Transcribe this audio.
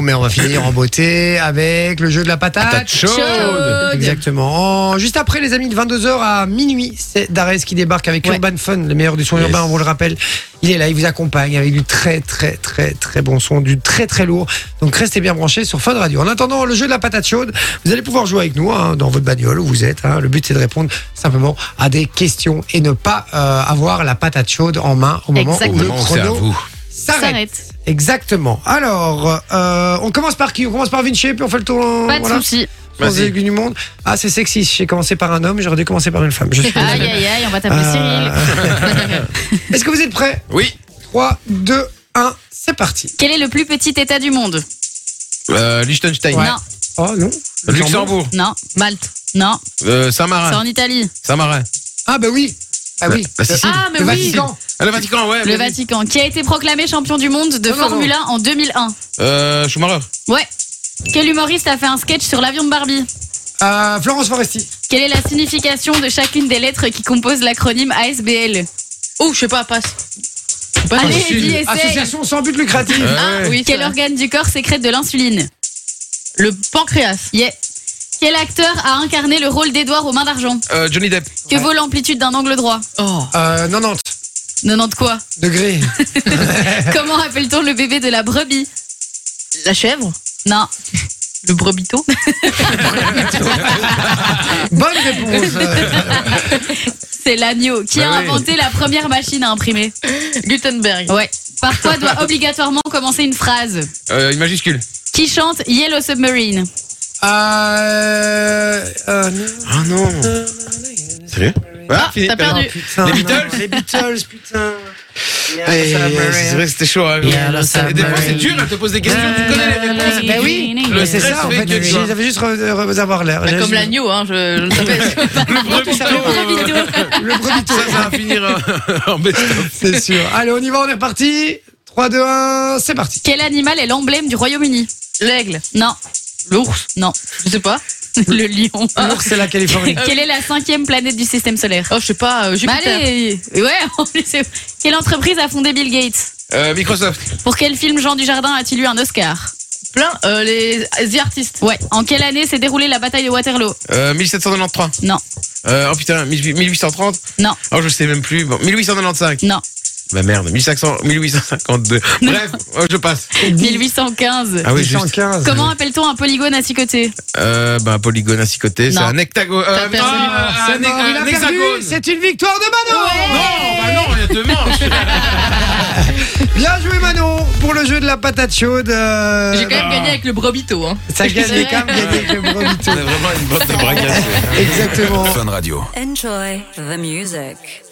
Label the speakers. Speaker 1: mais on va finir en beauté avec le jeu de la patate.
Speaker 2: Patate chaude.
Speaker 3: Ah, Chaude.
Speaker 1: Exactement. En- Juste après, les amis, de 22h à minuit, c'est Darès qui débarque avec
Speaker 3: Ouais.
Speaker 1: Urban Fun, le meilleur du son
Speaker 2: Yes.
Speaker 1: urbain, on vous le rappelle. Il est là, il vous accompagne avec du très, très, très, très bon son, du très, très lourd. Donc, restez bien branchés sur Fun Radio. En attendant, le jeu de la patate chaude, vous allez pouvoir jouer avec nous hein, dans votre bagnole où vous êtes. hein. Le but, c'est de répondre simplement à des questions et ne pas euh, avoir la patate chaude en main au moment
Speaker 3: Exactement.
Speaker 1: où le
Speaker 2: Comment c'est à
Speaker 1: chrono
Speaker 2: vous
Speaker 1: s'arrête.
Speaker 3: S'arrête.
Speaker 1: Exactement. Alors, euh, on commence par qui On commence par Vinci, puis on fait le tour. en-
Speaker 3: Pas de
Speaker 1: voilà,
Speaker 3: soucis.
Speaker 1: sans
Speaker 2: Vas-y.
Speaker 1: aiguille du monde. Ah, c'est sexiste. J'ai commencé par un homme, j'aurais dû commencer par une femme. Je suis
Speaker 3: Aïe,
Speaker 1: désolé.
Speaker 3: aïe, aïe, on va t'appeler
Speaker 1: Euh,
Speaker 3: Cyril.
Speaker 1: Est-ce que vous êtes prêts
Speaker 2: Oui.
Speaker 1: 3, 2, 1, c'est parti.
Speaker 3: Quel est le plus petit état du monde
Speaker 2: Euh, Liechtenstein.
Speaker 1: Ouais.
Speaker 3: Non,
Speaker 1: Oh non.
Speaker 2: Luxembourg.
Speaker 3: non. Malte Non,
Speaker 2: Euh,
Speaker 3: c'est
Speaker 2: Saint-Marin.
Speaker 3: en Italie.
Speaker 2: Saint-Marin.
Speaker 1: Ah, bah oui. Ah oui.
Speaker 2: La Sicile.
Speaker 3: Ah, mais
Speaker 1: le
Speaker 3: oui
Speaker 1: Vatican.
Speaker 2: Ah, le Vatican, ouais.
Speaker 3: Le
Speaker 2: vas-y.
Speaker 3: Vatican, qui a été proclamé champion du monde de
Speaker 1: Non, non, non.
Speaker 3: Formule 1 en 2001.
Speaker 2: Euh, Schumacher.
Speaker 3: Ouais. Quel humoriste a fait un sketch sur l'avion de Barbie
Speaker 1: Euh, Florence Foresti.
Speaker 3: Quelle est la signification de chacune des lettres qui composent l'acronyme ASBL
Speaker 4: Oh, je sais pas, passe. Passe.
Speaker 3: Allez,
Speaker 2: possible.
Speaker 3: dis, essaye
Speaker 1: Association sans but lucratif.
Speaker 2: Euh,
Speaker 4: Ah,
Speaker 2: ouais.
Speaker 4: oui, c'est
Speaker 3: Quel
Speaker 4: vrai.
Speaker 3: organe du corps sécrète de l'insuline
Speaker 4: Le pancréas.
Speaker 3: Yeah. Quel acteur a incarné le rôle d'Edouard aux mains d'argent
Speaker 2: Euh, Johnny Depp.
Speaker 3: Que vaut l'amplitude d'un angle droit
Speaker 4: Oh.
Speaker 1: Euh, 90
Speaker 3: 90 quoi
Speaker 1: degrés.
Speaker 3: Comment appelle-t-on le bébé de la brebis
Speaker 4: La chèvre.
Speaker 3: Non.
Speaker 4: Le brebito.
Speaker 1: Bonne réponse. Euh,
Speaker 3: C'est l'agneau. Qui a
Speaker 2: Bah oui.
Speaker 3: inventé la première machine à imprimer
Speaker 4: Gutenberg.
Speaker 3: Ouais. Par quoi doit obligatoirement commencer une phrase
Speaker 2: Euh, une majuscule.
Speaker 3: Qui chante Yellow Submarine
Speaker 1: euh, euh, non.
Speaker 2: Ah non. Sérieux Ah, fini.
Speaker 4: t'as perdu.
Speaker 1: Ah, putain,
Speaker 2: Les
Speaker 1: non,
Speaker 2: Beatles
Speaker 1: Les Beatles, putain.
Speaker 2: Eh, C'est vrai que c'était chaud. hein.
Speaker 1: Yellow
Speaker 2: Et des fois, c'est
Speaker 1: Submarine.
Speaker 2: dur, elle te pose des questions, tu connais les réponses.
Speaker 1: Ben oui,
Speaker 2: Le
Speaker 1: c'est
Speaker 2: stress
Speaker 1: ça en
Speaker 2: fait
Speaker 1: fait.
Speaker 2: que tu vois.
Speaker 1: J'avais juste euh, avoir l'air.
Speaker 4: Bah,
Speaker 1: J'avais
Speaker 4: comme
Speaker 1: juste-
Speaker 4: l'agneau, hein, je, je le savais.
Speaker 2: Le
Speaker 1: Tout
Speaker 2: brebis
Speaker 1: ça,
Speaker 2: tôt,
Speaker 1: le brebis
Speaker 2: euh,
Speaker 1: Le premier tour.
Speaker 2: Ça, ça va finir euh, en best-of.
Speaker 1: C'est sûr. Allez, on y va, on est reparti. 3, 2, 1, c'est parti.
Speaker 3: Quel animal est l'emblème du Royaume-Uni
Speaker 4: L'aigle.
Speaker 3: Non.
Speaker 4: L'ours.
Speaker 3: Non.
Speaker 4: Je sais pas. Ah.
Speaker 3: Le lion.
Speaker 1: L'ours, c'est la Californie.
Speaker 3: Quelle est la cinquième planète du système solaire
Speaker 4: Oh, je sais pas, euh,
Speaker 3: Bah
Speaker 4: Jupiter.
Speaker 3: allez Ouais, en plus, c'est- Quelle entreprise a fondé Bill Gates
Speaker 2: Euh, Microsoft.
Speaker 3: Pour quel film Jean Dujardin a-t-il eu un Oscar
Speaker 4: Plein. euh, les The Artists.
Speaker 3: Ouais. En quelle année s'est déroulée la bataille de Waterloo
Speaker 2: Euh, 1793.
Speaker 3: Non.
Speaker 2: Euh, oh putain, 1830.
Speaker 3: Non.
Speaker 2: Oh, je sais même plus. Bon, 1895.
Speaker 3: Non.
Speaker 2: Bah merde, 1500, 1852. Bref, oh, je passe.
Speaker 3: 1815.
Speaker 2: Ah oui, juste.
Speaker 1: 115.
Speaker 3: Comment appelle-t-on un polygone à six côtés
Speaker 2: Euh, bah, polygone à six côtés, c'est
Speaker 3: Non.
Speaker 2: un hectagone.
Speaker 3: T'as
Speaker 2: Euh,
Speaker 3: perdu.
Speaker 2: ah,
Speaker 1: C'est
Speaker 2: un,
Speaker 1: mort, il
Speaker 2: un
Speaker 1: a perdu,
Speaker 2: hexagone.
Speaker 1: C'est une victoire de Manon.
Speaker 2: Non, bah non, il y a deux manches.
Speaker 1: Bien joué Manon pour le jeu de la patate chaude. euh,
Speaker 4: J'ai quand même
Speaker 1: bah,
Speaker 4: gagné avec le brebito. Hein.
Speaker 1: Ça gagne quand même gagné avec le brebis
Speaker 2: C'est
Speaker 1: tour.
Speaker 2: vraiment une bande de braquages.
Speaker 1: Exactement.
Speaker 5: Fun Radio.
Speaker 6: Enjoy the music.